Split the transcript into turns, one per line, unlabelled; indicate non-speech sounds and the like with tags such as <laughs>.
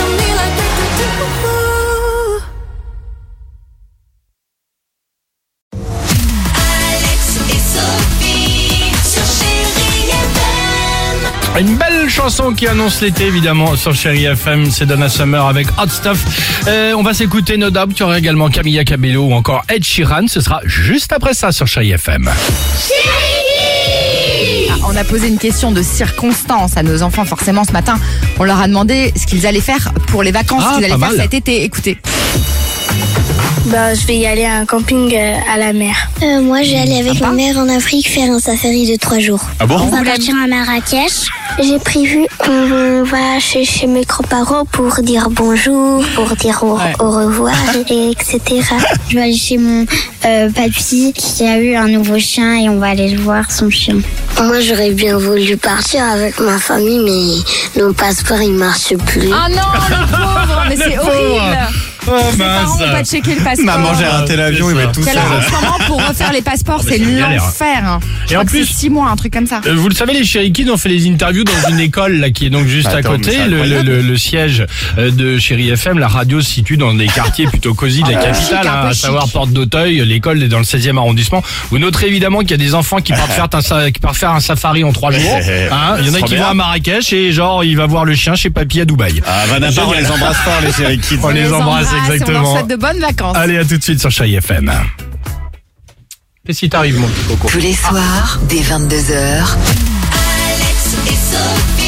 on me like we could do. Alex et Sophie sur Chérie FM.
Une belle chanson qui annonce l'été évidemment sur Chéri FM, c'est Donna Summer avec Hot Stuff. Euh, on va s'écouter No Doubt, il y aura également Camilla Cabello ou encore Ed Sheeran, ce sera juste après ça sur Chéri FM.
On a posé une question de circonstance à nos enfants, forcément, ce matin. On leur a demandé ce qu'ils allaient faire pour les vacances,
Ah,
ce qu'ils allaient
pas
faire
mal.
cet été. Écoutez.
Bah, je vais y aller à un camping euh, à la mer.
Euh, moi, je vais aller avec ma mère en Afrique faire un safari de trois jours.
Ah bon
On va partir à Marrakech. J'ai prévu qu'on va chez, chez mes grands-parents pour dire bonjour, pour dire au, au revoir, <laughs> et etc. Je vais aller chez mon euh, papy qui a eu un nouveau chien et on va aller voir son chien. Moi, j'aurais bien voulu partir avec ma famille, mais mon passeport, il marche plus.
Ah non, le pauvre,
<laughs>
mais c'est
pauvre.
horrible.
Oh
Ses Euh, parents n'ont pas checké le passeport.
Maman, j'ai
Ah,
raté l'avion, il va être tout
Puis
seul.
alors, en ce moment, pour refaire les passeports,
mais
c'est
c'est une galère.
l'enfer. hein. Je
Et en
crois que
plus-
c'est six mois, un truc comme ça.
Euh, Vous le savez, les Chéri Kids ont fait les interviews dans une école là qui est donc juste
Bah, Attends,
à
mais
côté.
c'est
Le, le-
incroyable.
le- le siège euh, de Chéri FM, la radio se situe dans des quartiers plutôt cosy de la
Ah,
chic,
capitale,
un
hein,
peu
à
chic.
savoir Porte d'Auteuil. L'école est dans le 16e arrondissement. Vous noterez évidemment qu'il y a des enfants
<laughs>
qui partent faire un, sa- qui partent faire un safari en trois jours. hein. Il y en a
Trop
qui
bien.
vont à Marrakech et genre il va voir le chien chez papy à Dubaï.
Ah, Vanapar, on les embrasse fort, les chéri kids.
On les embrasse,
Et on leur
exactement.
souhaite de bonnes vacances.
Allez, à tout de suite sur Chéri FM. Qu'est-ce qui t'arrive, mon petit coco
Tous les soirs, dès 22h,
Alex et Sophie.